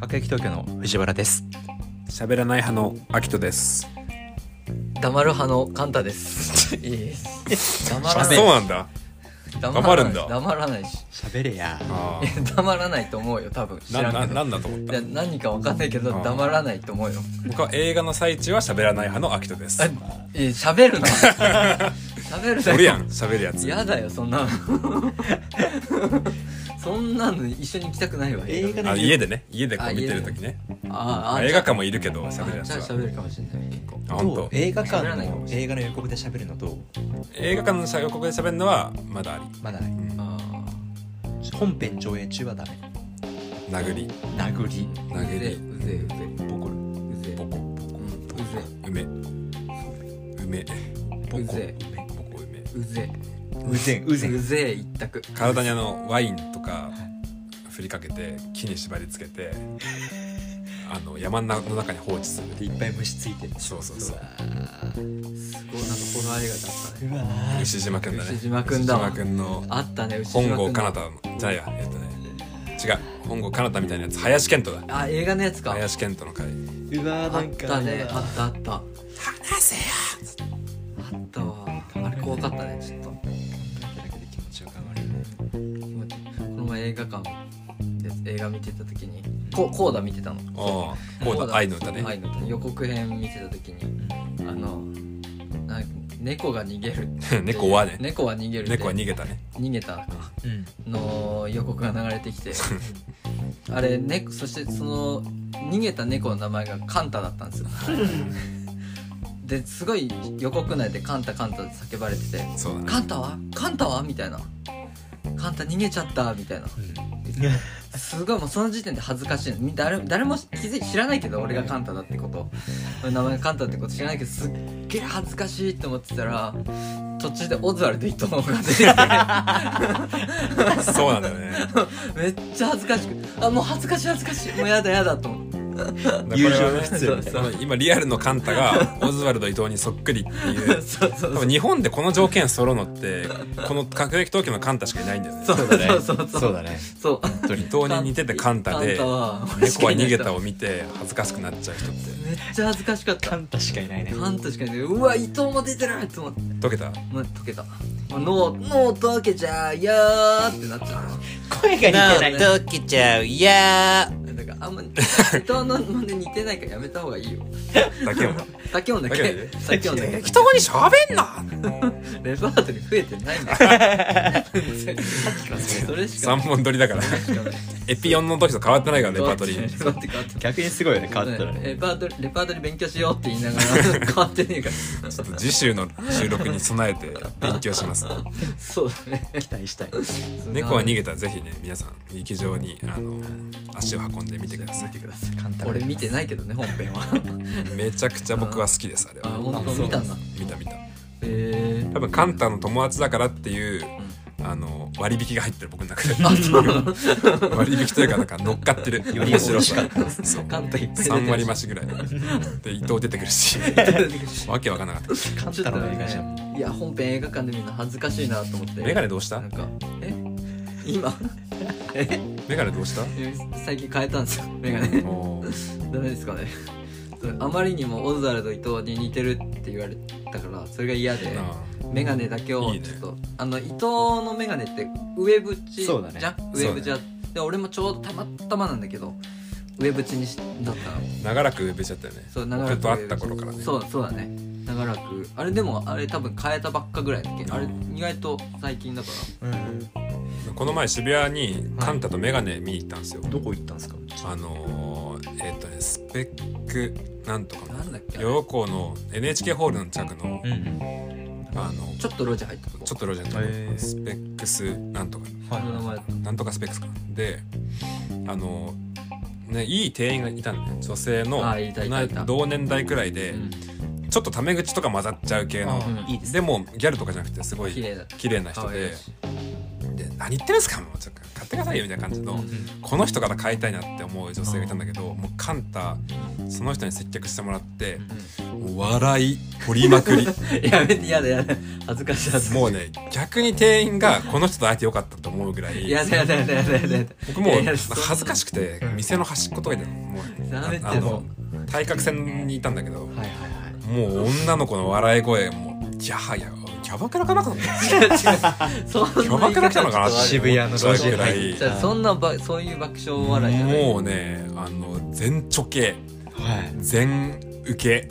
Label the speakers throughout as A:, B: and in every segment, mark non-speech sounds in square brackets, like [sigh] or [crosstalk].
A: 各駅東京の藤原です
B: 喋らない派のアキトです。
C: 黙る派のカンタです。いいです。黙
B: あ、
C: らな
B: そう
C: い。
B: なんだ。
C: 黙ら
B: 黙る
C: ない
B: んだ
C: 黙らないし。
A: 喋れや
B: あ
C: いや黙らないと思うよ、多 [laughs] 分。知
B: ーな
C: らん
B: な
C: け
B: な
C: ど。
B: んだと思っ
C: いや
B: た。
C: 何かわかんないけど
B: あー
C: 黙らないと思うよ。
B: 僕は映画の最中は喋らない派のアキトです
C: あ、。いや
B: [laughs]
C: 喋るな。喋るだ
B: 俺
C: け
B: やん、。喋るやつ。
C: やだよ、そんなの。 [laughs] そんなの一緒に行きたくないわ。
A: 映画
B: あ家でね、家でこ
C: あ
B: う見てる時ね。
C: あ
B: ま
C: あ
B: あ
C: あ
B: 映画館
C: も
B: もいるけど喋るや
C: じ
B: つ
C: ゃあ
B: は。
C: 喋るかもしれない、結構。
B: あ、
A: どう
B: 本当。
A: 映画館
C: 喋らないか
A: の
C: もしれない
A: 映画の予告で喋るのと
B: 映画館のさ予告で喋るのはまだあり。
A: まだない
C: あ
A: 本編上映中はダメ
B: 殴り、
A: 殴り
C: あ。う
B: 殴り、
C: ぜえ、うぜえ、うぜえ。
A: ボコる
C: うぜえ。
B: ボコ、
C: うんうぜ
B: 梅、梅、
C: え。うぜ
B: ボコ梅。
C: え。うぜ
A: うぜんう
C: え。
A: ぜん
C: うぜえ一択。
B: 体にあのワインとか振りかけて木に縛りつけ
C: [laughs]
B: て、あの山の中に放置する。
A: でいっぱい虫ついてる
B: そうそうそう
A: わ。ー
C: すごいなんかホラー映画だったね。
A: うわー
B: 牛島くんだね
C: 牛島くんだわ
B: 牛島くんの
C: あったね、牛島
B: 本
C: 君の
B: 郷かなたのじゃあいやえっとね違う本郷かなたみたいなやつ林健人だ
C: あ、映画のやつか。あっ
B: 林健人の回
A: うわーなんか
C: たね、あ
A: あ
C: ったあった。あ
B: 話せよ
C: ったわ。あれ怖かったね、ちょっと。
A: だけで気持ちよく上がる
C: 気持ちいいこの前映画館で映画見てた時に、こコーダ見てたの。
B: ああこうだ愛の歌ね、
C: 愛の歌予告編見てた時に、あの、なんか猫が逃
B: [laughs]
C: げる。
B: [laughs] 猫はね
C: 猫は逃げるって。
B: 猫は逃げたね
C: 逃げたのか。
A: うん
C: の予告が流れてきてあれ、ね、そしてその逃げた猫の名前がカンタだったんですよですごい予告内で「カンタカンタ」って叫ばれてて
B: そうだ
C: 「
B: ね
C: カンタはカンタは?」みたいな「カンタ逃げちゃった」みたいなすごいもうその時点で恥ずかしいのみ誰誰も気づい知らないけど俺がカンタだってこと俺の名前がカンタってこと知らないけどすっげえ恥ずかしいって思ってたら途中でオズワルド伊藤が出てきて
B: そうなんだよね
C: めっちゃ恥ずかしくあもう恥ずかしい恥ずかしいもうやだやだと思って
A: 友情
B: だ
A: の
B: からこ
A: 必要みたい
B: れ
A: な
B: はね今リアルのカンタがオズワルド伊藤にそっくりっていう
C: そうそ
B: 多
C: うそう
B: 分日本でこの条件揃うのってこの核撃東京のカンタしかいないんだよね
C: そう
A: だね
C: そうそうそう
A: [laughs] そうだね
C: そう
A: 本当に
B: 伊藤に似ててカンタで
C: カンタは
B: 猫は逃げた
C: めっ
B: を見て恥ずかしくなっちゃう人って
C: ちゃ恥ずかしかった
A: カンタしかいないね
C: カンタしかいないうわ伊藤も出てるって思って
B: 解けた
C: もう溶けたもう脳脳溶けちゃうよーってなっちゃう
A: 声が似てない
C: な
A: 溶けちゃういや
C: だからあんま伊藤の真似似てないからやめた方がいいよ
B: だけをな
C: だけもんだけ
B: だけもね
C: だけもんだけ
B: 人に喋んな
C: レパートリー増えてないん
B: [laughs]
C: だよそれしか
B: 三本撮りだ [laughs] から
C: それしかない
B: エピ4の時と変わってないからレパートリー
C: 変わって変わって
A: 逆にすごいよね変わったらね
C: レパートリーレパートリー勉強しようって言いながら変わってねえから
B: ちょっと次週の収録に備えて勉強します
C: そうだね
A: 期待したい
B: 猫は逃げたらぜひね皆さん劇場にあの足を運んでみてください
A: カンタ
C: 俺見てないけどね本編は
B: めちゃくちゃ僕は好きですあれ
C: あ
B: は
C: 本当
A: そう
C: 見たんだ
B: 見た見た
C: えー
B: 多分カンタの友達だからっていうあの割引が入ってる僕の中で
C: あそうな
B: [laughs]
C: の
B: 割引というかなんか乗っかってる
A: より
B: 面白さ
A: 美
B: そう
C: カンタいっぱい出てる
B: 3割増しぐらいで伊藤出てくるしわけわかんなかった
A: カン
C: ちょ
A: タ
C: っと
A: の映画じゃん
C: ねいや本編映画館で見るの恥ずかしいなと思って
B: メガネどうした
C: なんかえ今え
B: メガネどう
C: [laughs]
B: した
C: 最近変えたんですよメガネ
B: おー
C: ダメですかねそうあまりにもオズワルド伊藤に似てるって言われたからそれが嫌で
B: なあ
C: メガネだけを
B: いいね
C: ちょっとあの伊藤のメガネって上縁じゃ、
A: そうんだね
C: 上縁じゃん、で俺もちょうどたまたまなんだけど上縁にしだったの
B: 長らく上べちゃったよね
C: そう長ら
B: 俺
C: く
B: と会った頃からね
C: そうそうだね長らくあれでもあれ多分変えたばっかぐらいだっけあれ意外と最近だか
A: うん
B: この前渋谷にカンタとメガネ見に行ったんですよ、
A: どこ行ったんですか
B: あのー、えっ、とねスペックなんと
C: ら
B: か
C: なんだっけあ
B: の
C: れ
B: ヨ港の NHK ホールの近くの、
A: ん
B: あの
C: ちょっと路地入ったとこ
B: ちょっと路地のとこ
A: へー
B: スペックスなんとか
A: は
C: あの名前
B: なんとかスペックスかであのねいい店員がいたんだよ女性の
C: あいたいたいた
B: な同年代くらいで、
C: うん
B: ちょっとタメ口とか混ざっちゃう系の、
C: うん
A: いいです
B: でもギャルとかじゃなくてすごい
C: 綺麗だ
B: 綺麗な
C: 可
B: 人
C: 愛
B: で
C: いし
B: で何言ってるんですかもうちょっと買ってくださいよみたいな感じの、この人から買いたいなって思う女性がいたんだけど、もうカンタその人に接客してもらって、もう笑い取りまくり
C: やめてやだやだ恥ずかしい恥ずかしい
B: もうね逆に店員がこの人と会えてよかったと思うぐらい
C: やだやだやだやだやだやだ
B: 僕もう
C: いやいやそんな
B: 恥ずかしくて店の端っことかにもう
C: ダメって
B: あの対角線にいたんだけど、
C: はいはい
B: もう女の子の笑い声もいやはやキャバクラかなと思って
C: はいそんな
B: キャバクラ来たのかな
C: 言い方はちょっと悪い
A: 渋谷の路
B: そう
A: 地
B: ぐら
A: 入
B: い
A: っ
C: じゃあそんなばそういう爆笑笑いじゃない
B: もうねあの全チョケ
A: は
B: 全受け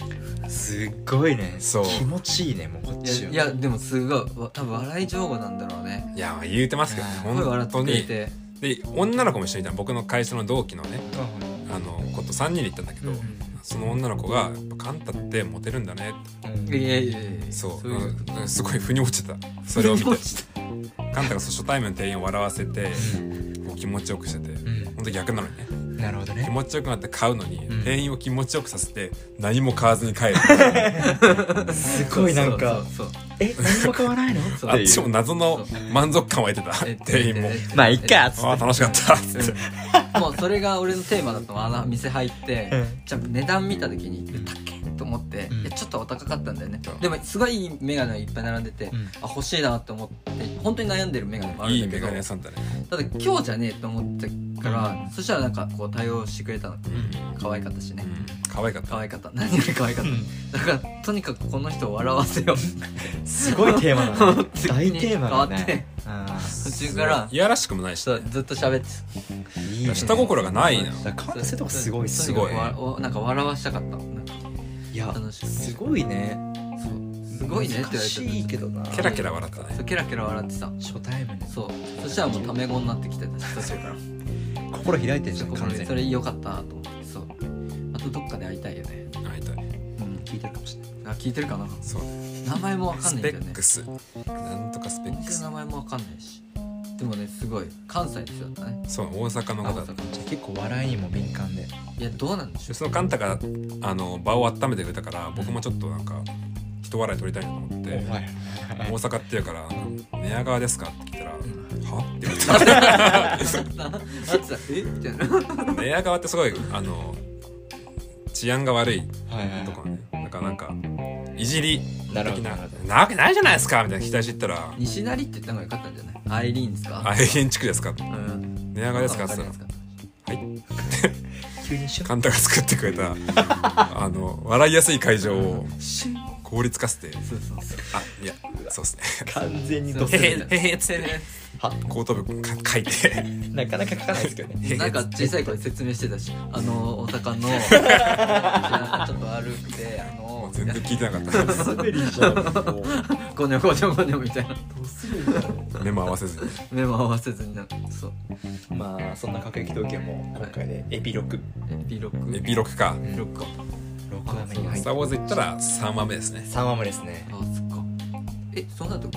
A: いすっごいね
B: そう
A: 気持ちいいねもうこっ
C: いや
A: ちはい
C: やでもすごいわ多分笑い上手なんだろうね
B: いやまあ言うてますけどね
A: いや
C: すごい笑
B: 本当
C: ってくれ
B: にで
C: て
B: 女の子も一緒にいた僕の会社の同期のね
A: うん
B: あの子と3人で行ったんだけど、
A: うん
B: その女の子が「カンタってモテるんだね」
A: うん
C: いやいやいやいや
B: そう
C: い
B: うんなんかすごい腑に落ちて
C: [laughs]
B: たそれを見て
C: 腑に落ち
B: カンタが初対面の店員を笑わせてこう気持ちよくしてて、
A: ん
B: ほんと逆なのにね
A: なるほど
B: 気
A: ね
B: 持ちよくなって買うのに、
A: うん
B: 店員を気持ちよくさせて何も買わずに帰る
A: すごいなんか
C: そうそうそう
A: え何も変わらない [laughs] の
C: そう
B: あっちも謎の満足感を得てた
C: え
B: 店員も
C: ええ
A: まあいっかっつ
B: ああ
A: っ
B: 楽しかったっつって
C: うんもうそれが俺のテーマだったのあの店入って、
A: うん
C: じゃあ値段見た時に
A: うん
C: 「たっけ!」と思って、
A: うん
C: いやちょっとお高かったんだよね、
B: うん
C: でもすごいいい眼鏡がいっぱい並んでて、
A: ん
C: あ欲しいなと思って本当に悩んでる眼鏡もある
B: いい
C: ん
B: メ
C: だけど
B: ガネ屋さんだね、
C: ただ今日じゃねえと思ってから、そしたらなんかこう対応してくれたの
B: うん
C: 可愛かったしね、
B: 可愛かった
C: 可愛かった何より可愛かった、だからとにかくこの人を笑わ
A: [laughs]
C: せよう
A: すごいテーマだ [laughs] ね大テーマだ
C: 変わって
A: ねあ
C: 途中から
B: いやらしくもないし
C: そうずっと喋って
A: ーいいね
B: 下心がないな
A: だから完成とかすごいっす
B: すごい
C: とにかくわおなんか笑わしたかったなんか
A: いや
C: 楽しみ
A: すごいね
C: そうすごいねって
A: 難
C: 言われて
A: しいけどな
B: ケラケラ笑ったね
C: そうケラケラ笑ってた
A: 初対面で
C: そうそしたらもうタメ語になってきてたし途
A: [laughs]
C: 中から
A: 心開いてるじゃん
C: そ
A: 完
C: こ
A: 全
C: そ
A: に
C: れ良かったと思ってそうあとどっかで会いたいよね
B: 会いたい
A: 聞いてるかもしれない
C: あ聞いてるかな
B: そう
C: 名前もわかん
B: ス
C: ないん
B: ペ
C: だよ
B: ッ
C: ね
B: クスなんとかスペック
C: 店
B: ス
C: の名前もわかんないしでもねすごい関西の人だったね
B: そう大阪の
C: あ
B: 方だ
C: 大
B: った
C: 阪
A: じゃあ結構笑いにも敏感で
C: いやどうなんでしょ
B: でそのカンタがあの場を温めてくれたから僕もちょっとなんか人笑い取りたいなと思って、大阪っていうからなんか「寝屋川ですか?」って聞いたら「は?」って言われた
C: うあ
B: [laughs]
C: あつさえみたいな
B: 寝屋川ってすごいあの治安が悪い
A: はいはい
B: とこねなんかなんかいじり
A: なるほ
B: 的
A: ど
B: な
A: なるほ
B: 「なわけないじゃないですか」みたいな期待して言ったら
C: 西成って言った方が良かったんじゃないアイリーンです
B: 「
C: か
B: あ永遠地区ですか?」
C: うん
B: 寝屋川ですか?」って言ったら
A: 急にしよ
B: カンタが作ってくれた [laughs] あの笑いやすい会場を効率化して
C: そうそうそう
B: あいやそうですね
A: 完全に
C: ド
A: ド
C: ス
A: ス
C: へへ
B: へっつってね [laughs] 後頭部か書いて
A: なかなか書かないですけ
B: [laughs]
A: どね
C: なんか小さい頃説明してたしあの大阪のなんかちょっと悪くてあ
B: も
C: の
B: う全然聞いてなかったです
A: 滑りじゃんもう
C: ごにょごにょごにょみたいな
A: ドスベリだよ
B: [laughs] 目も合わせずに
C: 目も合わせずになそう
A: まあそんな各駅統計も今回でエピロク
C: エピロック
B: エピロックか
C: エピロックか
A: 6話目に入
B: 「ス
A: っ
B: タ
A: た
B: ー・ウォーズ」行ったら3話目ですね
A: 3話目ですね
C: あそっかえそんなと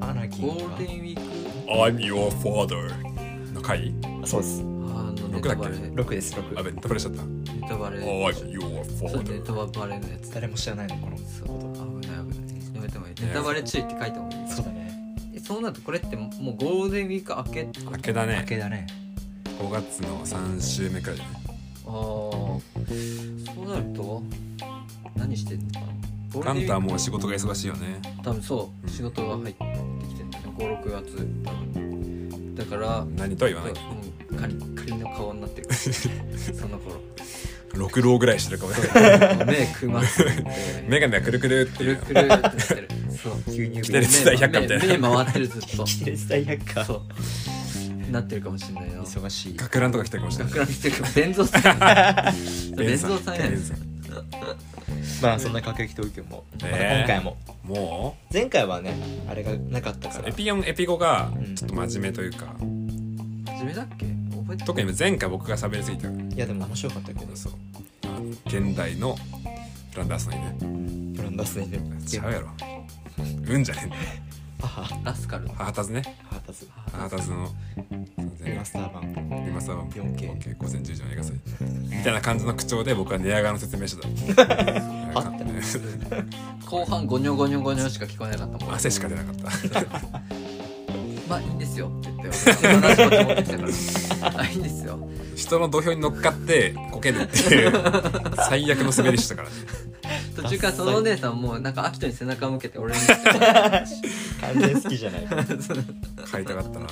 A: アナキン
C: ゴー
A: は
C: ルデンウィーク
B: 「I'm your father」の回
A: あそうです
C: あのネ
B: 六だ
C: タ
B: っけ
C: バレネ
A: 6です6
B: あべダブレしちゃった
C: タバ
B: 「
C: レ
B: I'm your
C: そうネ
B: father
C: タバレのやつ
A: 誰も知らないのこの
C: そう危ない危ないやめてもいいネタバレ注意って書いてもいい
A: そうだね
C: えそうなるとこれってもうゴールデンウィーク明け」
B: 明けだ
A: 明
B: ね
A: けだね
B: 5月の3週目くらいじゃない
C: ああそうなると何してんのかなゴ
B: カ
C: ールデ
B: ン
C: ンウィーク
B: タはもう仕事が忙しいよね
C: 多分そう仕事が入ってきてるんだよね56月多分だから
B: 何とは言わないけど
C: うんカリッカリの顔に
B: [laughs]
C: なってるその頃
B: 六郎ぐらいしてるかもね
C: 目くまっ
B: [laughs]
C: てて
B: 眼鏡がくるくるって
C: く
B: い
C: る
B: う
C: くるってなってるそう
A: 急に
B: [laughs] 来てる時代百科みたいな
C: 目目目回ってるずっと
A: キレス大百科
C: そうなってるかもしれないな
A: 忙しい
B: 学ランとか来てるかもしれない
C: 学ランしてるか弁蔵さ [laughs] ん弁蔵さんや
B: レ
C: ね
B: ンさん
A: まあそんな各駅統計もまた
B: ね
A: 今回も
B: も
A: 前回はねあれがなかったか
B: う
A: ら
B: エピ4エピ5が
A: うん
B: ちょっと真面目というか、
C: 真面目だっけ覚えて
B: 特に前回僕が喋りすぎたから
A: いやでも面白かったけど
B: そうあの現代のフランダースの犬
A: ブランダースネで
B: 違うやろうんじゃねえ
A: 母
C: ラスカル
B: 母たずね
A: 母たず
B: 母たずの
A: リマスター [laughs] 版
B: 今さん
A: 4K
B: 午前10時の映画祭みたいな感じの口調で僕は寝屋川の説明してた
A: あった
B: [laughs]
C: 後半ゴニョゴニョゴニョしか聞こえなかったもん
B: 汗しか出なかった
C: まあいいんですよって言って私の話を持ってきた [laughs] からあいいんですよ
B: 人の土俵に乗っかってこけるっていう
C: [laughs]
B: 最悪の滑りしたからね
C: 途中からそのお姉さんもなんかアキトに背中を向けて俺に
A: 完全好きじゃないか
B: 買いたかったな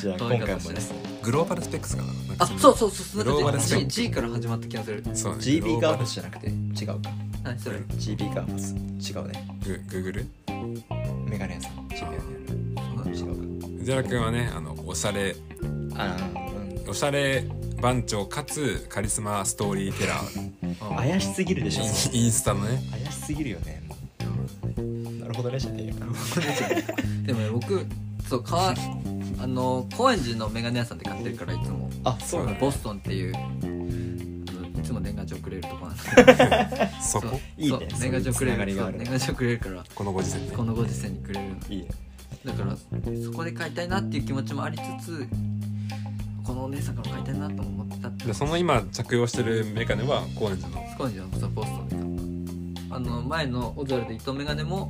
A: じゃあ今回もですね
B: グローバルスペックスかななんか
C: あそうそうそう
B: グロー
C: そ
B: バ
C: んな
B: ルスペ
C: 感
B: ッ
C: じ
B: ク
C: G, G から始まった気がする
B: そうね
A: GB ガーファス
B: ス
A: じゃなくて違うか
C: 何それ
A: GB ガーファス違うね
B: ググーグル
A: メガネ屋さん GB 違う
B: 藤原君はねあのおしゃれ
A: かあーうん
B: おしゃれ番長かつカリスマストーリーテラー
A: 怪しすぎるでしょ
B: インインスタのね
A: 怪しすぎるよねもうなるほどねじゃねえよ
C: でもね僕そう川あの高円寺のメガネ屋さんで買ってるからいつも
A: あそうなんだ
C: ボストンっていうあのいつも年賀状くれるとこなんです
B: そこ
A: いいね
C: 年賀状くれ
A: そういうつなが
C: る
A: りが
C: そ
A: あ
C: う
A: る
C: 年賀状くれるから
B: このご時世ね
C: このご時世にくれるの
A: いいね
C: だからそこで買いたいなっていう気持ちもありつつこのお姉さんからも買いたいなとも思ってたって
B: でその今着用してるメガネは高円寺の
C: スコンジのサポストであの前のオズワルド伊藤メガネも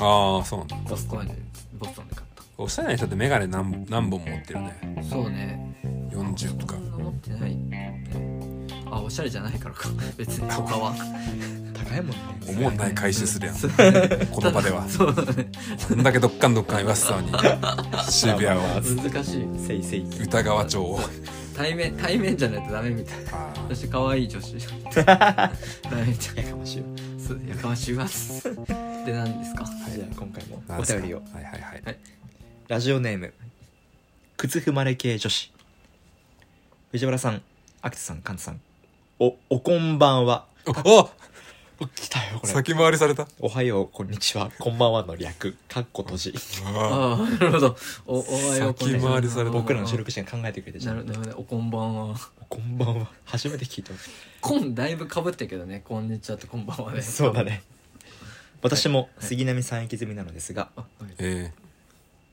B: ああそうなんだ
C: ボスコンジボストンで買っ
B: おしゃれな人ってメガネ何何本も持ってるね
C: たそうね
B: 40と
C: そ
B: か
C: んな持ってないあおしゃれじゃないから
A: [laughs]
C: か別に他は
A: 高いもんね
B: 思んない回収するや
C: [laughs]
B: ん言葉では
C: そうだね
B: こんだけどっかんどっかん言わせたのに渋谷は
C: 難しい
A: せいせい
B: 歌川町を
C: 対面対面じゃないとダメみたいな
B: あー
C: 私可愛い
A: [laughs]
C: 女子ダメみたい
A: やかましいよ
C: なそうやかましいわって何ですか
A: じゃあ今回も
B: なん
A: お
B: ですか
A: 便りを
B: はいはいはい
A: ラジオネーム靴踏まれ系女子藤原さん秋田さん菅さんおおこんばんは
B: おお
A: 来たよこ
B: 先回りされた
A: おはようこんにちはこんばんはの略かっこ閉じ
B: あ
C: ああなるほどおおはようこんにち
B: 先
C: は
B: 回りされた
A: 僕らの収録時間考えてくれてじゃ
C: なんるほどねおこんばんは
A: おこんばんは初めて聞いた
C: こんだいぶかぶったけどねこんにちはとこんばんはね
A: そうだね私も杉並さん行き済みなのですが、
C: あはい
B: え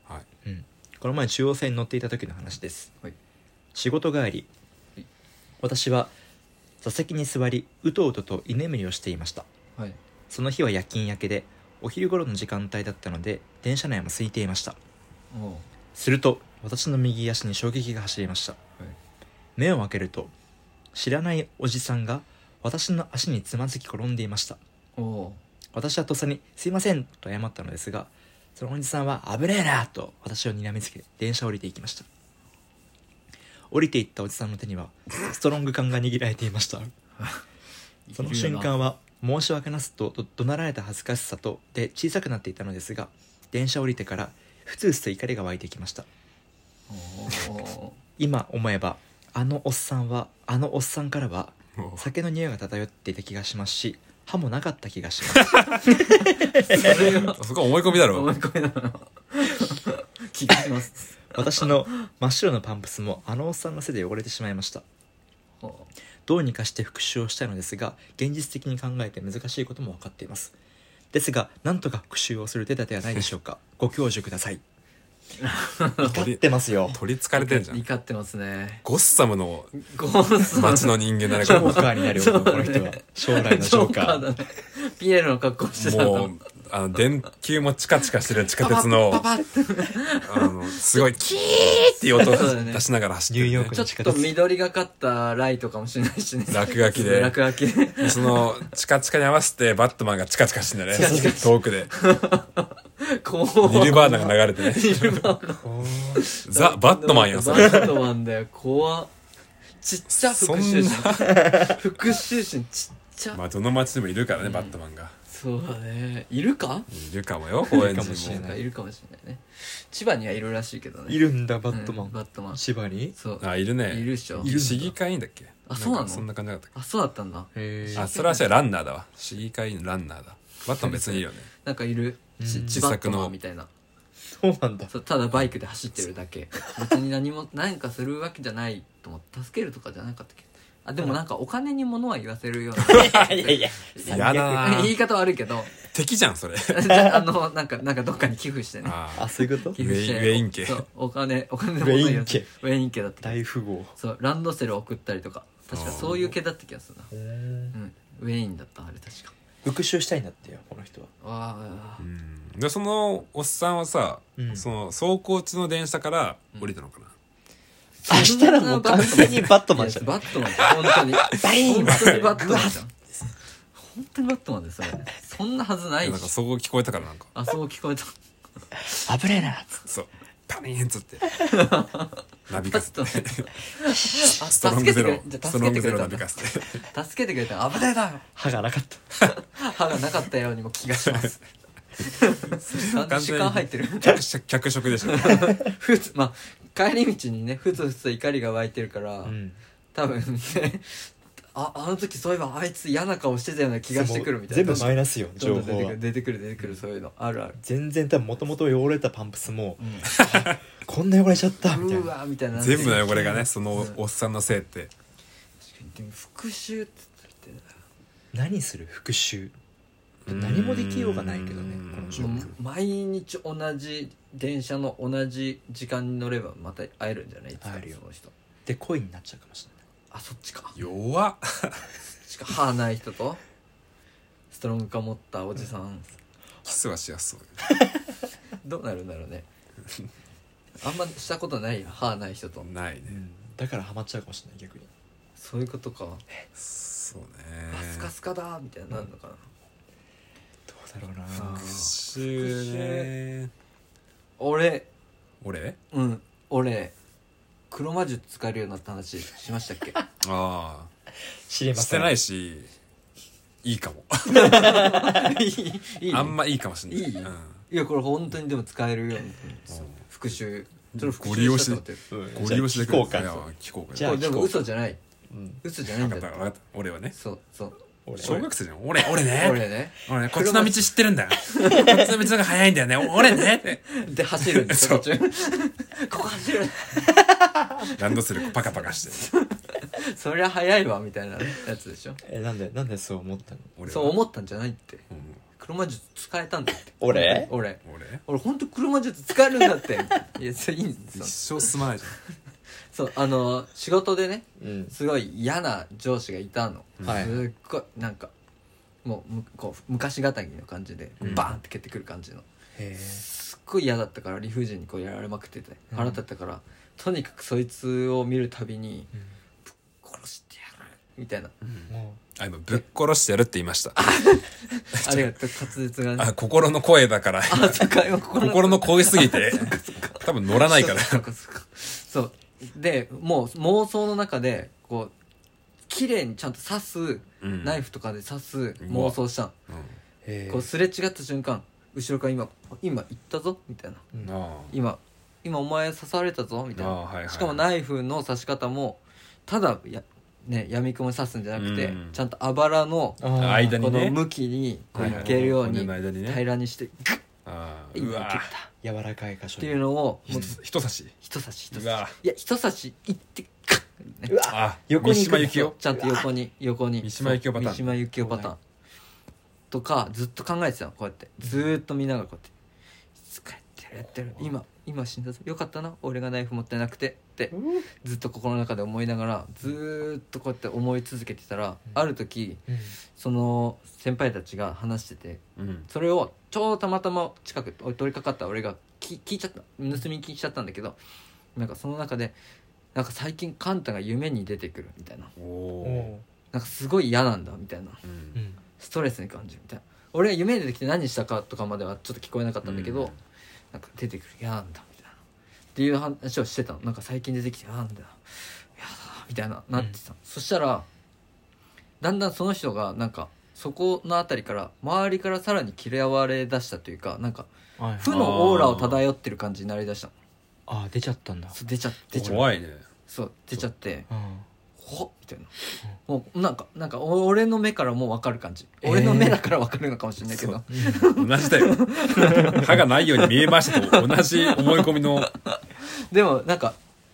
B: えはい
A: うんこの前中央線に乗っていた時の話です
C: はい
A: 仕事帰り
C: はい
A: 私は座席に座りうとうとと居眠りをしていました
C: はい
A: その日は夜勤明けでお昼頃の時間帯だったので電車内も空いていました
C: おう
A: すると私の右足に衝撃が走りました、目を開けると知らないおじさんが私の足につまずき転んでいました
C: おう
A: 私はとっさに「すいません」と謝ったのですがそのおじさんは「危ねえな!」と私を睨みつけ電車を降りていきました降りていったおじさんの手にはストロング缶が握られていましたその瞬間は申し訳なすとど怒鳴られた恥ずかしさとで小さくなっていたのですが電車を降りてからふつふつと怒りが湧いてきました
C: おうおう
A: 今思えばあのおっさんはあのおっさんからは
B: もう
A: 酒の匂いが漂っていた気がしますし歯もなかった気がします
C: それは
B: そこは思い込みだ
C: 思
B: ろ
C: い込みなの気がします
A: 私の真っ白なパンプスもあのおっさんのせいで汚れてしまいました
C: おう
A: どうにかして復讐をしたいのですが現実的に考えて難しいことも分かっていますですがなんとか復讐をする手立てはないでしょう [laughs] かご教授くださ [laughs] い怒ってますよ
B: 取りつかれてんじゃん
C: 怒ってますね
B: ゴッサムの
C: ゴース
B: 街の人間だね
A: ジ
B: こ
A: ョーカーになるよ、
C: そう
A: こ
C: だ
A: の
C: ね
A: 人は将来のジョーカー
C: だねピエロの格好してた
B: れ
C: んだ
B: もうあの電球もチカチカしてる地下鉄の
C: パパパパパ
B: あのすごいキーっていう音を
C: そうだね
B: 出しながら走っ
A: ニ
B: て
A: ュ
B: る
A: ー
B: ね
A: ヨーク
C: ちょ
A: の
C: っ
A: 地下
C: と
A: 鉄
C: 緑がかったライトかもしれないしね
B: 落書きで
C: 落書きで [laughs]
B: そのチカチカに合わせてバットマンがチカチカしてんだね
C: チカチカして
B: 遠くで
C: こ
B: ニル
C: う
B: バーナが流れてね
C: ニルバーナ
B: ザ・バットマンやんそ
C: バ
B: れ
C: ットマンだよ怖っちっちゃ復讐心
B: そ
C: 復讐心ちっちゃ、
B: まあどの街でもいるからねバットマンが
C: そうだねいるか
B: いるかもよ高
A: い
B: 円寺
A: るかもしれ
B: に
A: な
B: も
A: い
C: いるかもしれないね千葉にはいるらしいけどね
A: い
C: る
A: るんだバットマン、
C: バットマン
A: 千葉に
C: そう
B: あいるね
C: いるでしょ
A: いるんだ
B: 市議会員だっけ
C: あそうなの
B: んかそんな感じだったっ
C: あそうだったんだ
A: へ
B: けあそれはじゃあランナーだわ市議会員のランナーだバットマン別にいいよね
C: なんかいる
A: うん
C: ち千葉
B: 自
C: ット
B: 作
C: マ
B: の
C: ンみたいな
A: そう [laughs] なんだ
C: そうただバイクで走ってるだけ別に何も何かするわけじゃないと思って助けるとかじゃなかったっけあでもなんかお金に物は言わせるような
A: いやいや
B: やだな
C: 言い方悪いけど
B: 敵じゃん
C: [laughs]
B: それ
C: じゃああのなんかなんかどっかに寄付してね
B: あ
A: あそういう [laughs] こと
C: 寄付して
B: ウェイウェイン家
C: そうお金お金の
A: ウ
C: こ
A: ェ
C: と
A: イン
C: 言わせ
A: 家
C: ウェイン家だった
A: 大富豪
C: そうランドセル送ったりとか確かそういう系だった気がするな、
A: へ
C: うん、ウェインだったあれ確か
A: 復讐したいんだってよこの人は
C: ああ
B: うんでそのおっさんはさ、
A: うん
B: その走行中の電車から降りたのかな、
A: あしたらもう完全にバットマンじゃん
C: バットマンだよ本当に
A: バイーン
C: 本当にバットマンじゃん本当にバットマンですよそんなはずないい
B: や
C: し
B: なんかそこ聞こえたからなんか
C: あそう聞こえた
A: 危ねえな
B: そうパリーンっつって
C: [laughs]
B: ナビ
C: バ
B: カス
C: ットマンあ
B: ストロン
C: 助
B: グ
C: け
B: ゼロ
C: てくれじゃあ
B: スト
C: 助
B: ロ
C: け
B: ング
C: てく
B: ゼ
C: れ
B: ロナ
C: たん
B: ビ
C: だ
B: カスで
C: 助けてくれた危ないだろ
A: 歯がなかった
C: 歯がなかったようにも気がします
A: [laughs]
C: なんで
B: 完
C: [laughs] 主
B: 全に
C: 観入ってる
B: 脚色脚色でしょ
C: ふつまあ帰り道にねふつふつと怒りが湧いてるから、
A: うん
C: 多分ね [laughs] ああの時そういえばあいつ嫌な顔してたような気がしてくるみたいな
A: 全部マイナスよ
C: ど
A: 情
C: んどん
A: 報は
C: 出てくる出てくる出てくるそういうのあるある、
A: 全然多分もともと汚れたパンプスも [laughs] こんな汚れちゃったみた
C: う
A: い
C: ー
A: な
C: わーみたいな
B: 全部の汚れがねそのおっさんのせいって
C: 確かにでも復讐っつって
A: 何する復讐何もできようがないけどね
B: うん
A: この状
C: も
A: 況
C: う毎日同じ電車の同じ時間に乗ればまた会えるんじゃないいつか
A: 会えるよ
C: その人
A: で恋になっちゃうかもしれない
C: あそっちか
B: 弱っ
C: しか歯ない人とストロングカ持ったおじさん
B: キスはしやすそう
C: どうなるんだろうねあんましたことないよ歯ない人と
B: ないね
A: だからハマっちゃうかもしれない逆に
C: そういうことか
B: そうね
C: あスカスカだーみたいになるのかな
A: どうだろうな
C: あ
B: 復讐ね
C: 俺
B: 俺
C: うん俺黒魔術使えるようになった話しましたっけ
B: あ
A: 知り
B: あ
A: ません
B: してないしいいかも
C: いいいい
B: あんまいいかもしんない
C: いい
B: うん
C: いやこれ本当にでも使えるように復讐それ復
B: ご利用
C: 讐
B: し
C: したと思ってる
A: うん
B: ご利用し
A: じゃ
B: て
A: あ聞こう
B: くれ
A: か
B: いや聞こうか
A: じゃあ
C: こ
B: わ
C: れでも嘘じゃない
A: うん
C: 嘘じゃないん
B: か
C: だ
B: っ
C: って
B: たわかった俺はね
C: そうそう
A: 俺
B: 小学生じゃん俺俺
C: 俺
B: ね
C: ね
B: 俺ねこっちの道知ってるんだよこっちの道の方が早いんだよね俺ねって
C: で走るんです
B: そ
C: よ
B: う
C: 途中ここ走る
B: ランドセルパカパカして
C: そりゃ速いわみたいなやつでしょ
A: えなんでなんでそう思ったの
B: 俺は
C: そう思ったんじゃないって
B: うん
C: 黒魔術使えたんだって
A: 俺
C: 俺
B: 俺
C: 俺本当黒魔術使えるんだっていやそれいいんで
B: 一
C: すよ
B: 生進まないじ
C: そうあの仕事でね
A: うん
C: すごい嫌な上司がいたの、
A: はい
C: すっごいなんかもうむこう昔語りの感じで
B: うん
C: バーンって蹴ってくる感じの、
A: へ
C: すっごい嫌だったから理不尽にこうやられまくってて
A: うん
C: 腹立ったから、とにかくそいつを見るたびに
A: え
C: 殺してやるみたいな
A: も
B: ゃんあ今ぶっ殺してやるって言いました
C: ありがとう滑舌がね
B: あ心の声だから
C: [laughs] あそっか今心
B: 心の声すぎて多分乗らないから
C: [laughs] そうかそうかそうでもう妄想の中でこう綺麗にちゃんと刺す
B: うん
C: ナイフとかで刺す妄想したの
B: う
A: う
C: こうすれ違った瞬間後ろから今「今行ったぞ」みたいなん
B: あ
C: 「今今お前刺されたぞ」み
B: あ
C: たい
B: ああ
C: な
B: はいはい
C: しかもナイフの刺し方もただや、ね、闇雲に刺すんじゃなくて、
B: うん
C: ちゃんとあばらのこ
A: あ
B: 間にね
C: の向きにこう
B: はいはい
C: けるように
B: 骨の間にね
C: 平らにしてグッ
B: ああ
C: 今
B: う
C: いけ
B: わ
C: た
A: 柔らかい箇
C: っ
A: 所
C: て
A: に
C: いうのをもう
B: 人差し
C: 人差し
B: う
C: 人差し
B: わ
C: いや人差しいってカッね
A: うわ
B: あ
A: 横に行く
B: 三島由紀夫
C: ちゃんと横に横に
B: 三島由紀夫パターン
C: 三島由紀夫パターンとかずっと考えてたのこうやってずーっと見ながらこうやって疲れてるやってる今今死んだぞよかったな俺がナイフ持ってなくてってずっと心の中で思いながらずーっとこうやって思い続けてたらある時
A: うん
C: その先輩たちが話してて
B: うん
C: それをちょうどたまたま近く通りかかった俺がき聞いちゃった盗み聞いちゃったんだけどなんかその中でなんか最近カンタが夢に出てくるみたいな
B: お
A: お
B: お
A: お
C: なんかすごい嫌なんだみたいな
B: ーうん
A: うん
C: ストレスに感じるみたいな俺は夢に出てきて何したかとかまではちょっと聞こえなかったんだけど、
B: うん
C: なんか出てくる嫌なんだみたいなっていう話をしてたのなんか最近出てきて嫌なんだ嫌だみたいななってた、そしたらだんだんその人がなんかそこの辺りから周りからさらに嫌われだしたというかなんか
A: はい
C: 負のオーラを漂ってる感じになりだしたの
A: あ出ちゃったんだ
C: そう出ちゃって出ちゃう
B: 怖いね
C: そう出ちゃって
A: うん
C: ほっみたいな、もうなんかなんかお俺の目からもう分かる感じ、俺の目だから分かるのかもしれないけど
B: 同じだ
C: [laughs]
B: よ歯がないように見えましたと同じ思い込みの
C: でもなんか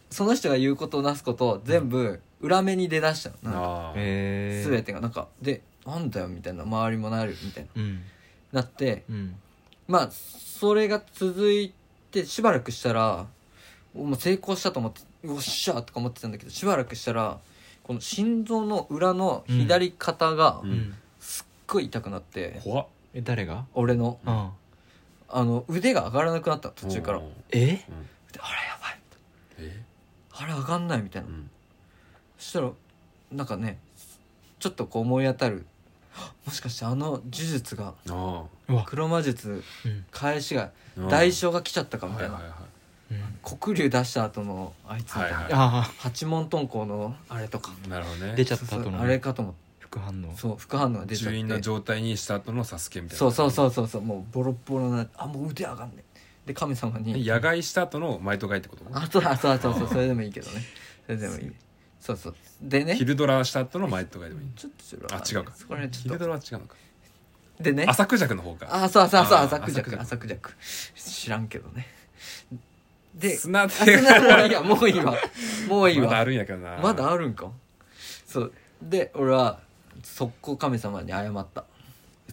C: その人が言うことなすことを全部裏目に出だしたの、なんか
B: ああ
A: へえ
C: 全てがなんかでなんだよみたいな周りもなるみたいな
A: うん
C: なって
A: うん
C: まあそれが続いてしばらくしたらもう成功したと思ってよっしゃとか思ってたんだけどしばらくしたらこの心臓の裏の左肩が
B: うん
C: すっごい痛くなって
B: 怖っ
A: え誰が
C: 俺の
A: うん
C: あの腕が上がらなくなった途中から
B: う
C: で
B: ん
A: え
C: あれやばい
B: え
C: あれ上がんないみたいな
B: うん
C: そしたらなんかねちょっとこう思い当たる [gasps] はっもしかしてあの呪術が
B: あ
A: うわ
C: 黒魔術
A: うん
C: 返しが
B: あ
C: 代償が来ちゃったかみ
B: は
C: た
B: い
C: い
B: はい
C: な
B: はい
A: うん
C: 黒龍出した後のあいつみたい
B: はい
C: な
B: は
A: あ
C: 八門遁甲のあれとか
B: なるほど
A: あ
B: ね
A: 出ちゃった後
C: そうそう
A: の
C: あれかと思っ
A: 副反応
C: てそう副反応が出ちゃ
B: 住
C: っ
B: 院の
C: て
B: 状態にした後のサスケみたいな
C: そうそうそうそうそうもうボロッボロなあもう腕上がんねえで神様に
B: 野外した後のマイトガイってこと
C: あそうあそうそうそうそれでもいいけどねそれでもいいそうそうでね
B: 昼ドラした後のマイトガイでもいい
C: ちょっとそれ
B: あ
C: は
B: 違うか
C: そこら辺ちょ
B: 昼
C: っ
B: ド
C: と
B: ラは違うのか
C: でね
B: 浅く弱の方か
C: あそうそうそう
B: あー
C: 浅くじゃく
B: 浅
C: 浅くじゃく知らんけどねで
B: 砂
C: あ
B: 手が
C: 砂もういいやもういいわもういい
B: まだあ
C: わ
B: るんやけどな
C: まだあるんかそうで俺は速攻神様に謝った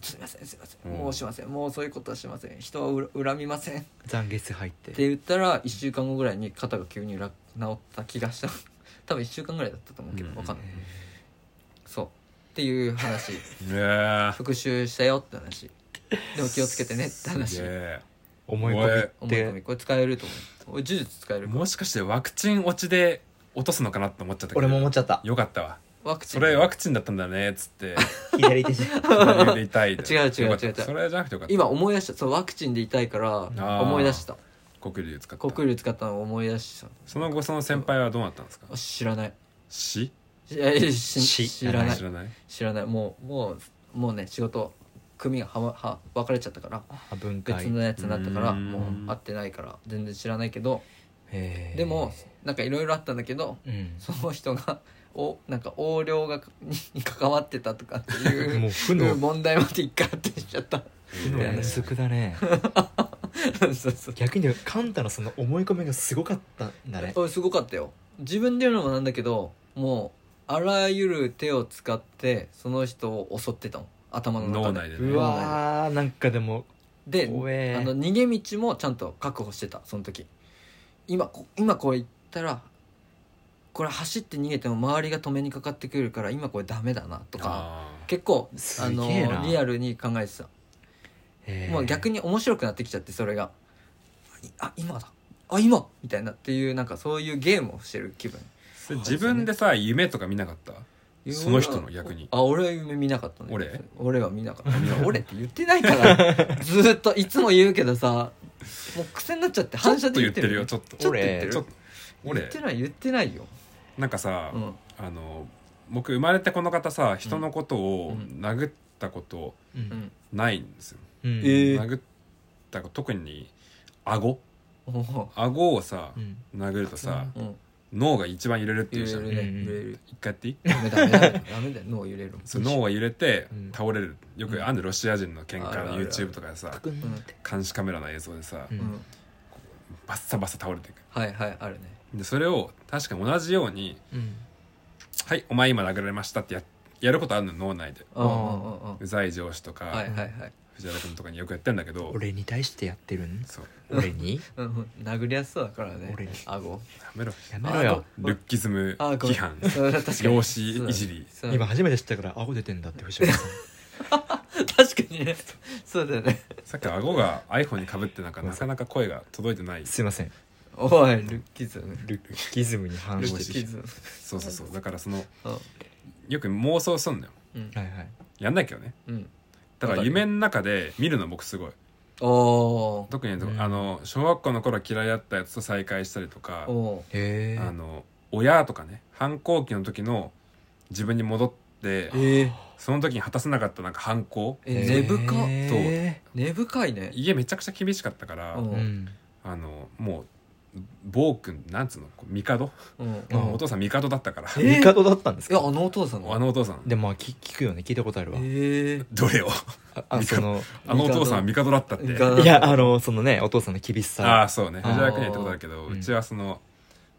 C: すいませんすいません
B: うん
C: もうしませんもうそういうことはしません人はうら恨みません
A: 残月入っ
C: って
A: て
C: 言ったら1週間後ぐらいに肩が急にら治った気がした [laughs] 多分1週間ぐらいだったと思うけど
B: うん
C: 分かんない、そうっていう話
B: うわー
C: 復習したよって話でも気をつけてねって話
B: すげえ
A: 思い込み
C: 思
A: っ
C: い込み
A: て
C: これ使えると思う俺呪術使える
B: もしかしてワクチン落ちで落とすのかなって思っちゃったけど
A: 俺も思っちゃった
B: よかったわ
C: ワクチン
B: それワクチンだったんだねっつ
C: [laughs]
B: って
A: 左手じ [laughs] ゃ
B: 左で痛いで
C: 違う違う
B: よかった
C: 違う違う
B: それじゃなくてよかった
C: 今思い出したそうワクチンで痛いから
B: ー
C: 思い出した
B: 黒竜使った
C: コクール使ったのを思い出した
B: その後その先輩はどうなったんですか
C: あ知らない
B: 死
C: いやいやし
A: し
C: 知らない
B: 知らない
C: 知らないもうもうもうね仕事組がはまは別れちゃったから
A: 分
C: 別
A: 解
C: のやつになったから、
B: うん
C: もう会ってないから全然知らないけど
A: へー
C: でもなんかいろいろあったんだけど
A: うん
C: その人がおなんか横領が [laughs] にに関わってたとかっていう
A: もう負の
C: 問題まで一回あってしちゃった [laughs]
A: 負の連続だね
C: そうそう
A: 逆にカンタのその思い込みがすごかったんだね
C: これすごかったよ自分で言うのもなんだけどもうあらゆる手を使ってその人を襲ってたの頭の中
B: 脳
C: で
B: 内で
A: [laughs] う
B: ね
A: わーなんかでも
C: で
A: 怖え
C: あの逃げ道もちゃんと確保してたその時今こ今こう行ったらこれ走って逃げても周りが止めにかかってくるから今これダメだなとか
B: あー
C: 結構あ
A: すげえな
C: のリアルに考えてた、もう逆
A: に
C: に面白くなってきちゃってそれがいあ今だあ今みたいなっていうなんかそういうゲームをしてる気分
B: それ自分でさ夢とか見なかったその人の逆に
C: あ俺は夢見なかったね
B: 俺
C: 俺は見なかっ
B: 見なかったた
C: 俺って言ってないからずーっといつも言うけどさもう癖になっちゃって
B: ちょ
C: 反
B: っと
C: 射で
B: 言っ
C: 言ってて
B: る
C: る
B: よちょっと
C: ちょっと言ってる
B: ちょっと
C: 言
B: 俺
C: ってない言ってないよ、
B: なんかさ
C: うん、
B: あの僕生まれてこの方さ人のことを
C: うん
B: 殴ったこと
A: う
C: うんん
B: ないんですよ
A: うん
C: えー
B: 殴ったこと特に顎
C: おお
B: 顎をさ
A: うん
B: 殴るとさ
C: うん
B: 脳が一番揺れるってい
C: 揺
B: うじゃ
C: れ
B: ん
C: る
B: 一
A: うん
B: 回や
C: ね揺れる
B: っていい
C: ダメだダメだダメだ脳揺れるもん
B: そう脳が揺れて
A: うん
B: 倒れるよくあんでロシア人の喧
C: あるあ
B: 嘩
C: るある
B: YouTube とかでさ
A: くんって
B: 監視カメラの映像でさ
A: うん
C: うん
B: バッサバサ倒れていく
C: はいはいあるね
B: でそれを確かに同じように
A: うん
B: 「はいお前今殴られました」ってややることあるの脳内で
C: うんうんうんうん
B: うざい上司と
C: はい
B: か
C: はいはい
B: 藤原君とかによくやってんだけど
A: 俺に対してやってるん
B: そう
A: 俺に
C: うんうん殴りやすそうだからね
A: 俺に
C: 顎
B: やめろ
A: やめろよ
B: ルッキズム
C: あご
B: 規範
C: [laughs] そう確かに
B: 容姿いじり
C: そう
A: 今初めて知ったから顎出てんだって藤原さん
C: 確かにねそうだよね
B: さっき顎が iPhone にかぶってなんかなかなか声が届いてない
A: すいません
C: おいルッキズム
A: ルッキズムに反
C: ル
A: して
C: ッキ
A: る
C: ズム
B: そうそうそうだからその
C: うん
B: よく妄想すんのよ
C: うん
A: はいはい
B: やんないけどね
C: うん
B: だから夢の中で見るの僕すごい
C: おお
B: 特に、
A: うん
B: あの小学校の頃嫌いだったやつと再会したりとか
C: おお
A: へえ
B: あの親とかね反抗期の時の自分に戻って
C: えー
B: その時に果たせなかったなんか反抗
C: え根深
A: へ
C: 根深いね
B: 家めちゃくちゃ厳しかったから、
A: ー
C: うん
A: うん
B: あのもう暴君なんつうのこう帝、
C: うんうん
A: うん
B: お父さん帝だったから、
C: えー
A: 帝だったんです
C: いや
A: か
C: あのお父さんの
B: あのお父さん
A: でもまあき聞くよね聞いたことあるわ
C: ええ
B: どれを
A: ああその
B: あのお父さんは帝だったって
C: 帝
A: いやあのそのねお父さんの厳し
B: あ
A: さ
B: あそうね
A: あー
B: 藤原君には言ったことあるけど
A: うん
B: うちはその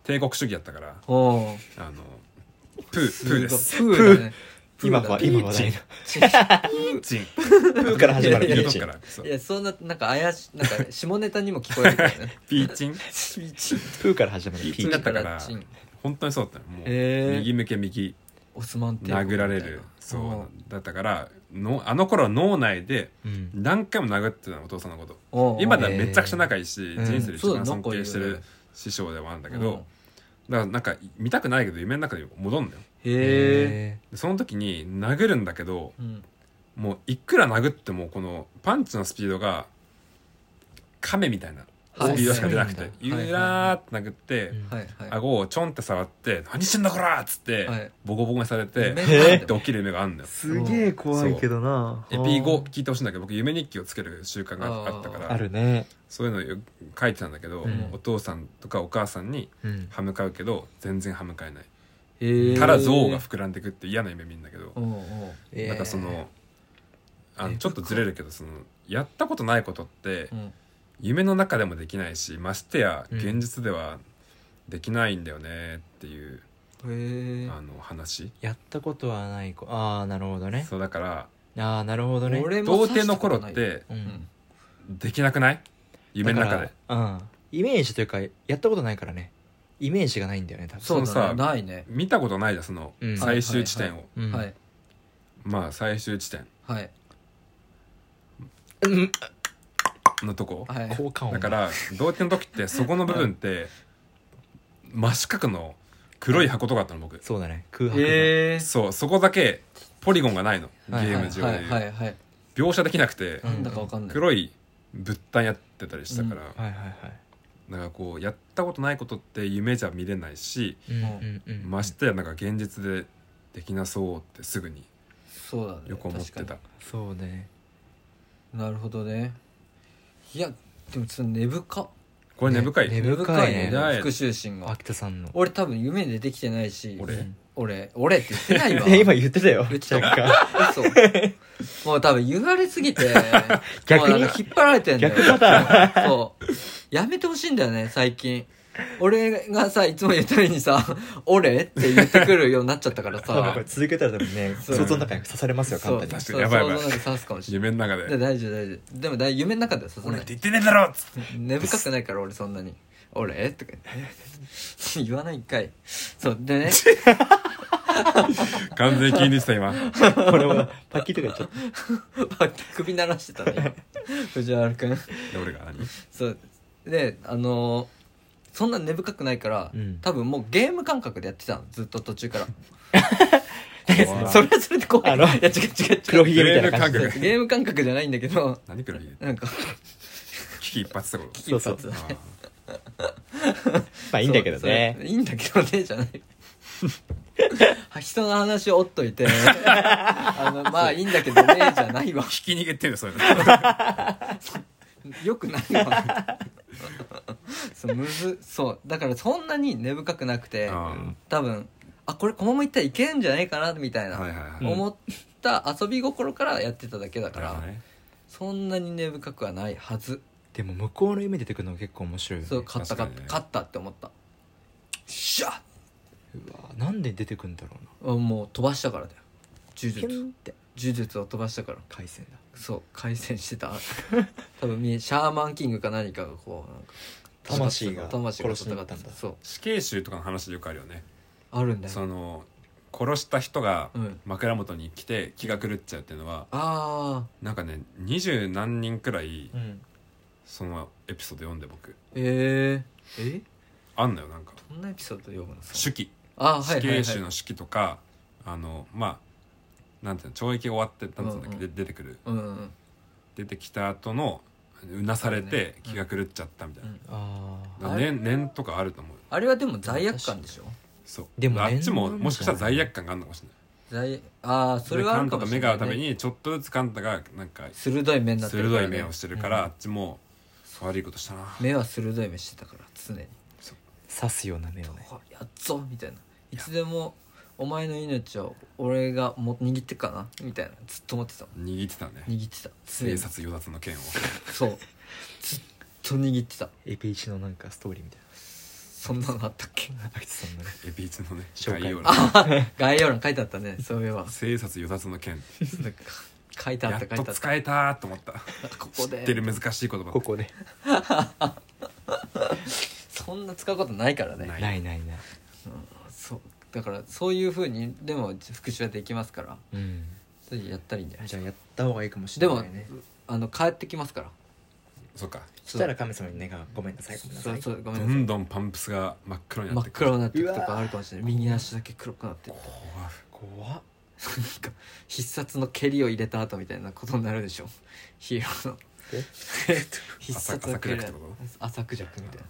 B: 帝国主義だったから
C: おお
B: あのプープーです
C: プーだね
A: 今は
C: プー
A: 今
C: だね
A: 話 [laughs] 題の
B: チン
A: プーから始まる
C: いや
A: ピ
C: いやい
A: ー
C: や
A: チ
B: か
A: ン
B: らそう
C: [laughs] いやそんななんか怪しなんか下ネタにも聞こえるからね
B: ピーチン
C: チン
A: プーから始まるピ
B: ピ
A: ーチ
B: ーチン
A: ン
B: だったから
C: チン
B: 本当にそうだったのもう
C: へー
B: 右向け右
C: オスマン帝国み
B: 殴
C: たいな
B: られるそう
C: お
B: だったからのあの頃は脳内で
A: うん
B: 何回も殴ってたのお父さんのこと
C: おう
B: 今ではめちゃくちゃ仲いいし、
C: うん
B: 人生で一
C: そうだ
B: 番
C: な
B: 尊敬して
C: こういう
B: る師匠でもあるんだけど、だからなんか見たくないけど夢の中に戻んだよ
C: うんへえ、
B: でその時に殴るんだけど
C: うん、
B: もういくら殴ってもこのパンチのスピードが亀みたいな
C: は
B: ス
C: い
B: ピードしか出なく
A: は
B: て
A: い
B: ゆらーって殴って
A: うん
C: はいはい
B: 顎をちょんって触って「何してんだこら!」っつって
C: はい
B: ボコボコにされて
C: 夢
A: え
B: って起きる夢があるんだよ
A: すげえ怖いけどな
B: エピ5聞いてほしいんだけど僕夢日記をつける習慣があったか
A: あ
B: ら
A: るね
B: そういうのよ書いてたんだけど
A: うん
B: お父さんとかお母さんに
A: うん
B: 歯向かうけど全然歯向かえない
C: へえ
B: から像が膨らんでくって嫌な夢見るんだけど
C: おうおう
B: なんかそのあ
A: え
B: の
A: ー
B: ちょっとずれるけどそのやったことないことって
C: うん
B: 夢の中でもできないしましてや
A: うん
B: 現実ではできないんだよねっていう、
C: へえ
B: あの話
A: やったことはない子ああなるほどね
B: そうだから
A: ああなるほどね
C: 俺も
B: 童貞
C: 刺し
B: の
C: たこ
B: 頃
C: とな
B: っ
C: い
B: て
A: う
C: うんん
B: できなくない夢の中
A: だ
B: で
A: からうんイメージというかやったことないからねイメージがないんだよね多分
C: そう
B: その
C: だ
B: さ
C: ねないね
B: 見たことないじゃんその
A: うん
B: 最終地点を、
A: うん
C: はい
B: まあ最終地点
C: はい
A: うん
B: のとこ、
C: はい
A: 効果音
B: だから童貞の時ってそこの部分って真四角の黒い箱とかあったの僕
A: そうだね空白が
C: へえ
B: そうそこだけポリゴンがないのゲ
A: はい
B: ーム上
C: は
B: で
C: い
B: いう
C: はいはい
B: 描写できなくて
A: うん
C: なんだかわかんない
B: 黒い物体やってたりしたから、
A: はいはいはい
B: なんかこうやったことないことって夢じゃ見れないし、
A: うんうんうん
B: ましてやなんか現実でできなそうってすぐに
C: そうだね
B: よく思って
C: 確か
B: た、
A: そうね
C: になるほどねいやでもちょっと根深
B: これ根深い、
A: ね根
C: 根深いね
A: 根
B: 深いね
C: 復讐心が
A: 秋田さんの
C: 俺多分夢でできてないし
B: 俺
C: 俺俺って言ってない
B: [laughs]
C: わ
A: 今言ってたよ
C: 言ってた
A: 若干
C: 嘘もう多分言われすぎて
A: 逆に
C: もうなんか引っ張られてんだよ
A: 逆パ
C: そうやめてほしいんだよね最近俺がさいつも言ったようにさ「俺?」って言ってくるようになっちゃったから
A: 多分 [laughs] こ
C: さ
A: れ続けたら多分ね
C: そう
A: 想像の中に刺されますよ簡単に
B: 確か
C: そう
B: にやばいやばい
C: 想像の中で刺すかもしれ
B: 夢の中
C: ないで
B: で
C: 大丈夫大丈夫でもだい夢の中で
B: 「
C: は刺さ
B: 俺
C: な
B: っ
C: い
B: て言ってねえだろ!」っつって
C: 根深くないから俺そんなに「俺?」とか [laughs] 言って言わないんかいそうでね [laughs]
B: 完全に気に入ってた今
A: これもパキッとか言っちゃっ
C: 首鳴らしてたね今藤原君
B: で俺が何
C: そうであのーそんな根深くないから、
A: うん
C: 多分もうゲーム感覚でやってたのずっと途中から
B: 怖い
C: それはそれで怖い
A: あの
C: いや違う違う違う
A: た黒ひげみたいな感じ
B: ゲー
A: で
B: ム感覚
C: ゲーム感覚じゃないんだけど
B: 何くらい危
C: なんか
B: 機一髪ってこと
A: そうそう
C: 一発
B: あ
A: まあいいんだけどね
C: そういいんだけどねじゃない [laughs] 人の話を追っといてあのまあいいんだけどねじゃないわ
B: ー引き逃げてるそういうの
C: よくないわ [laughs] そうむずそうだからそんなに根深くなくて
B: あ
C: 多分あこれこのままいったらいけるんじゃないかなみたい
B: ー
C: な、
B: はいはいはい、
A: うん
C: 思った遊び心からやってただけだか
B: なるほ
C: ら、
B: どね
C: そんなに根深くはないはず
A: でも向こうの夢出てくるのが結構面白いよね
C: そう勝った勝
B: 確か
C: った
B: にね
C: 勝ったって思ったしゃ
A: うわなんで出てくるんだろうな
C: あもう飛ばしたからだよ呪
A: ピュ
C: 術
A: ンって
C: 呪術を飛ばしたから
A: 回線だ
C: そう回戦してた [laughs] 多分みシャーマンキングか何かがこうなんか
A: 魂が
C: 魂が
A: 殺し
C: 戦
A: に
C: っ
A: 行
C: て
A: った
C: た
A: んだ
C: そう
B: 死刑囚とかの話でよくあるよね
C: あるんだよ
B: その殺した人が
C: うん
B: 枕元に来て気が狂っちゃうっていうのは
C: ああ
B: なんかね二十何人くらい
A: うん
B: そのエピソード読んで僕
C: えええ
B: あんのよなんか
C: こんなエピソード読むのさ
B: 手記
C: あーはい
B: 死
C: はいは
B: 刑
C: い
B: 囚の手記とかあのまあなんていうの懲役終わってなんていうんだっけ
C: うんうん
B: で出てくる
C: うんうん
B: 出てきた後のうなされて
C: そう
B: 気
C: だね
B: が狂っちゃったみたいな
C: うん
A: ああ
B: だから念念とかあると思う
C: あれはでも罪悪感でしょ
B: そう
A: でも
B: あっちも
A: 念の
B: もしかしたら罪悪感があるのかもしれない
C: 罪ああそれはあるかもしれ
B: でカ
C: な
B: ン
C: い、
B: タが目が合うため
C: ね、
B: にちょっとずつカンタがなんか
C: 鋭い目になってるか
B: 鋭
C: ら、ね、
B: い目をしてるからあっちも悪いことしたな
C: 目は鋭い目してたから常に
A: 刺すような目をね
C: おいやっぞみたいないつでもお前の命を俺がも握ってっかなみたいなずっと思ってたも
B: 握ってたね
C: ん握ってた常
B: 警
C: に
B: 察与奪の
C: [laughs]
B: 剣を
C: そうずっと握ってた
A: エピイチのなんかストーリーみたい
C: そんなのあったっけ
A: な秋田さんのね
B: エビーツのね
A: 紹介
B: 概要欄
C: 概要欄書いてあったねそういえば
B: 警察与奪の剣
C: なんか書いてあ
B: や
C: っ
B: った
C: 書い
B: と
C: てあった
B: 使えたと思った
C: こ
B: 知
C: こ
B: って
C: で
B: る難しい言
A: [laughs]
B: 葉
A: ここで
C: そんな使うことないからね
B: ない
A: ないないない
C: そうだからそういうふうにでも復習はできますから
A: うん
C: それやったらいいんじゃない
A: じゃあやった方がいいかもし
C: で
A: れな
C: も
A: いね
C: あの帰ってきますから
B: そっか
A: そしたら神様に願うごめんなさいごめんな
C: そ
A: さ
C: う
A: い
C: そう
B: ど
C: ごめんなさい
B: んどんパンプスが真っ黒に
C: 真
B: な
C: っ
B: ってくる
C: 黒になっていくとかあるかもしれない右足だけ黒くなっていく
B: 怖い
A: 怖っ
C: なんか必殺の蹴りを入れた後みたいなことになるでしょ [laughs] ヒーローの
A: え
C: [laughs] 必
B: 朝
C: 殺
B: 朝
C: の蹴
B: 暗
C: り
B: くってこと
C: 浅くじゃくみたいな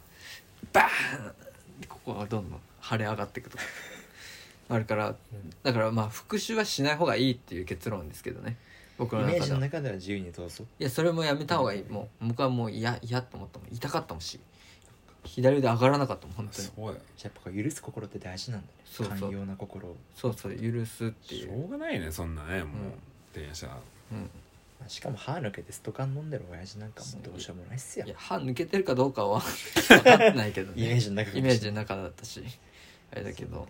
C: バーンでここがどんどん腫れ上がっていくとかあるからだからまあ復習はしない方がいいっていう結論ですけどね僕
A: イ
C: の
A: メー
C: 中
A: ジ
C: で
A: の
C: は
A: 中では自由にどうぞ
C: いやそれもやめた方がいいもう僕はもう嫌嫌と思ったもん痛かったもんし左腕上がらなかったもん本当に
B: そうだよ
A: やっぱ許す心って大事なんだね
C: そうそう
A: 寛容な心を
C: そうそう許すってい
B: し
C: う
B: ょうがないねそんなねもう、電車
C: うん
A: まあしかも歯抜けてストカン飲んでる親父なんかもうどうしようもないっすよ
C: いや歯抜けてるかどうかは [laughs] 分かんないけど
A: [laughs] イメー
C: ね
A: ジの中かもし
C: イ
A: れ
C: メ
A: ない
C: ージの中だったしあれだけど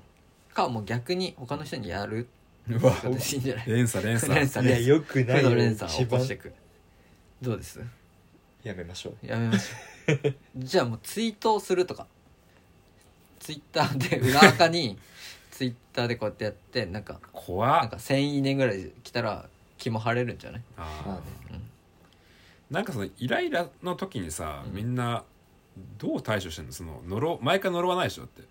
C: かもう逆に他の人にやる
B: うわ
C: [laughs] 私いいんじゃない
B: 連鎖連鎖
C: [laughs] 連鎖
A: いやよくな
C: 負
A: いよ
C: の連鎖を
A: 一
C: 起こ
A: 番
C: していくどうです
A: やめましょう
C: やめまし
A: [laughs]
C: ょうじゃあもうツイートをするとかツイッターで裏垢にツイッターでこうやってやってなんか
B: 怖
C: なん
B: っ
C: か1000いいねぐらい来たら気も晴れるんじゃない
B: あ
A: ま
B: ー
A: あ
C: うん
B: なんかそのイライラの時にさ、
C: うん
B: みんなどう対処してんのその呪毎回呪わないでしょって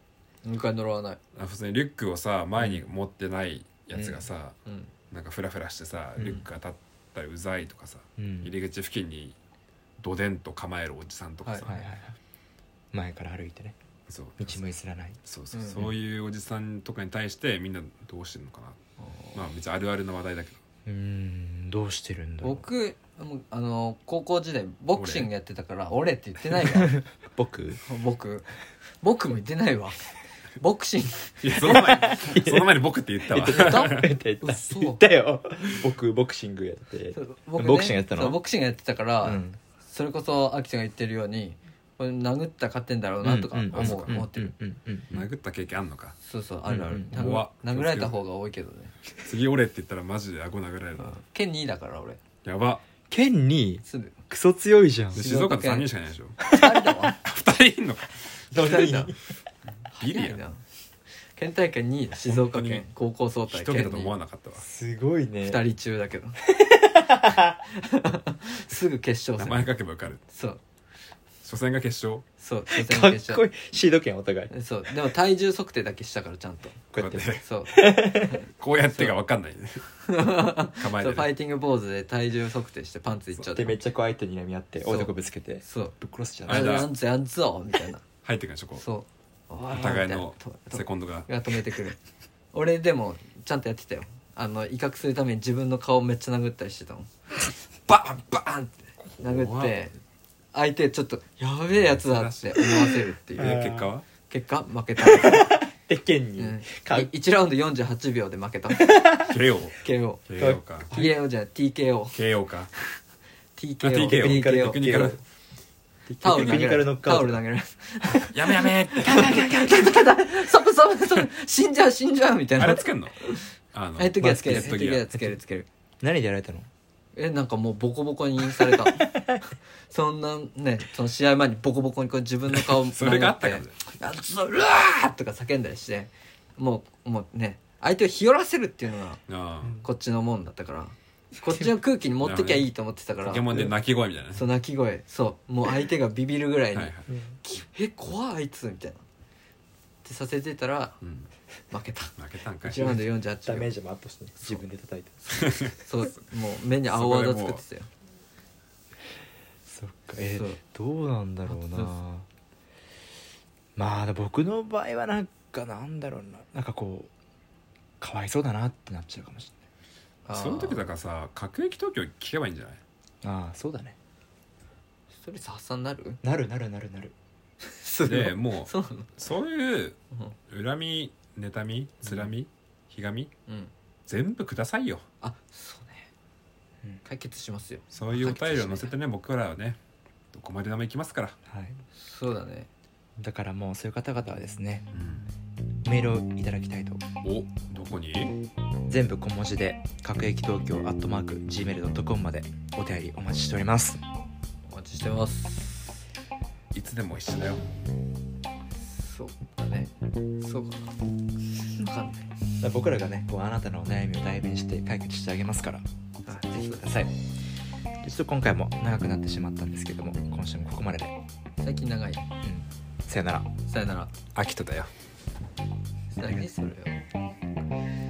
C: 向かい呪わない
B: あ普通にリュックをさ前に持ってないやつがさ、
C: うん
B: なんかフラフラしてさ、
A: うん
B: リュックが立ったりうざいとかさ、
A: ね
B: 入り口付近にどでんと構えるおじさんとかさ、
A: はいはいはい前から歩いてね
B: そう
A: 道も譲らない
B: そうそう、
C: うん
B: そういうおじさんとかに対してみんなどうしてんのかなまあ別にあるあるの話題だけど
A: うーんどうしてるんだろう
C: 僕もうあの高校時代ボクシングやってたから「俺」って言ってないわ
A: 僕
C: 僕僕も言ってないわボクシング
B: いやその前にその前に僕って言ったわ
C: 言
A: [laughs]
C: った
A: 言った言った
C: 嘘
A: 言ったよ僕ボクシングやって
C: 僕ね
A: ボクシングやってたの
C: そうボクシングやってたから、
A: うん
C: それこそアキちゃんが言ってるようにこれ殴ったら勝ってんだろうなとか
A: うんうん
C: 思う、
B: うん
C: 思ってる、
A: うんうんうん
B: 殴った経験あんのか
C: そうそうあるある、
A: うん
C: 殴
B: 怖っ
C: 殴られた方が多いけどね、
B: 次俺って言ったらマジで顎殴られるな、
C: 県2位だから俺
B: やば
A: 県に
C: すぐ
A: クソ強いじゃん
B: で
C: 静
B: 静
C: 岡
B: 岡
C: 県
B: って3人しかいないでしょ
C: 2人だ [laughs] わ
B: 2人いんのか
A: 誰だ
B: ビリ
C: 早い
B: や
C: な県大会2位だ静岡
B: 本
C: 県高校総体
B: 1
C: 県
B: 桁と思わ
C: 2
B: なかったわ
A: すごいね
C: 二人中だけ
A: [laughs]
C: どすぐ決
B: 名
C: 勝戦
B: 前書けば受かる2
C: そう
B: 初戦が決勝
C: そう初戦
A: かっ
C: 決
A: こい
C: 勝
A: いシード権お互いこ
C: そうでも体重測定だけしたからちゃんと
A: うやって
B: こうやって
C: そう
B: こうやってが分かんないね構え
C: そう
B: て
C: ファイ
B: る
C: ティングポーズで体重測定してパンツいっちゃった
A: でめっちゃこう相手に睨み合って
C: そう
A: 男ぶつけて
C: そう
A: ぶっ殺すじゃ
C: あ
A: な
B: あ
A: い
B: れだ
C: やんつやんつをみたいな
B: 入ってくるでしょこう
C: そうお
B: お互いの
C: みたいなと
B: セコンドが
C: が止めてくる俺でもちゃんとやってたよあの威嚇するために自分の顔めっちゃ殴ったりしてたもんバーンバーンって殴っ
B: 怖
C: て
B: い
C: 相手ちょっとやべえやつだって思わせるってい
B: で
C: う
B: 結果は
C: 結果負けた、
A: で県
C: う
A: に
C: ん、
A: か
C: 1ラウンド48秒で負けた
B: KO
C: KO
B: KO か
C: KO じゃない TKO
B: KO か
C: TKO
A: テクニカル
C: TKO
A: テク
B: ニカル
C: タオ
A: テ
C: ル
A: ク
C: 投
A: ニ
C: げ
A: カ
C: られ
A: ルノッ
C: る
A: クアウ
C: タ
A: ト
C: オル投げられる
B: やめやめって
C: そぶそぶそぶ死んじゃう死んじゃうみたいな
B: あれつけんのあの
C: ヘッドギアつける
B: ヘ
C: ヘ
B: ッ
C: ッ
B: ド
C: ド
B: ギ
C: ギ
B: ア
C: アつけるつける
A: 何でやられたの
C: えなんかもうボコボコにさ
B: [laughs]
C: れたそんなねその試合前にボコボコにこう自分の顔を
B: [laughs] それがあったか
C: や
B: ら
C: つうわーとか叫んだりしてもうもうね相手を日和らせるっていうのが
B: あ
C: こっちのもんだったからこっちの空気に持ってきゃいいと思ってたか
B: あ
C: ら
B: ポケモンで鳴き声みたいなね
C: そう鳴き声そうもう相手がビビるぐらいに
B: はいはい
C: き「え怖いあいつ」みたいなってさせてたら
B: うん
C: 負けた
B: 負けたんかい
C: 1ラウンド48
A: ダ
C: 秒
A: メージもアップして自分で叩いて
C: そうもう目に青技作ってたよ
A: そっかえ
C: そう
A: どうなんだろうなまあ僕の場合はなんかなんだろうななんかこうかわいそうだなってなっちゃうかもし
C: あー
B: その時だからさ各駅東京聞けばいいんじゃない
A: れないああそうだね
C: ストレス発散になる
A: なるなるなるなる
B: でもう
C: そうなの
B: そういう恨み妬みつらみひがみ
C: うん
B: 全部くださいよ
C: あそうね、
A: うん
C: 解決しますよ
B: そういうお便りを載せてね僕らはねどこまででも行きますから、
A: はい
C: そうだね
A: だからもうそういう方々はですねメールをいただきたいと
B: おどこに
A: 全部小文字で「各駅東京」「アットマーク Gmail.com」までお便りお待ちしております
C: お待ちしてます
B: いつでも一緒だよ
C: そうだねそうかなわかんない
A: ら僕らがねこうあなたのお悩みを代弁して解決してあげますからはいぜひくださいでちょっと今回も長くなってしまったんですけども今週もここまでで、
C: 最近長い
A: うん、さよなら
C: さよなら
B: 秋田だよ
C: 何それよ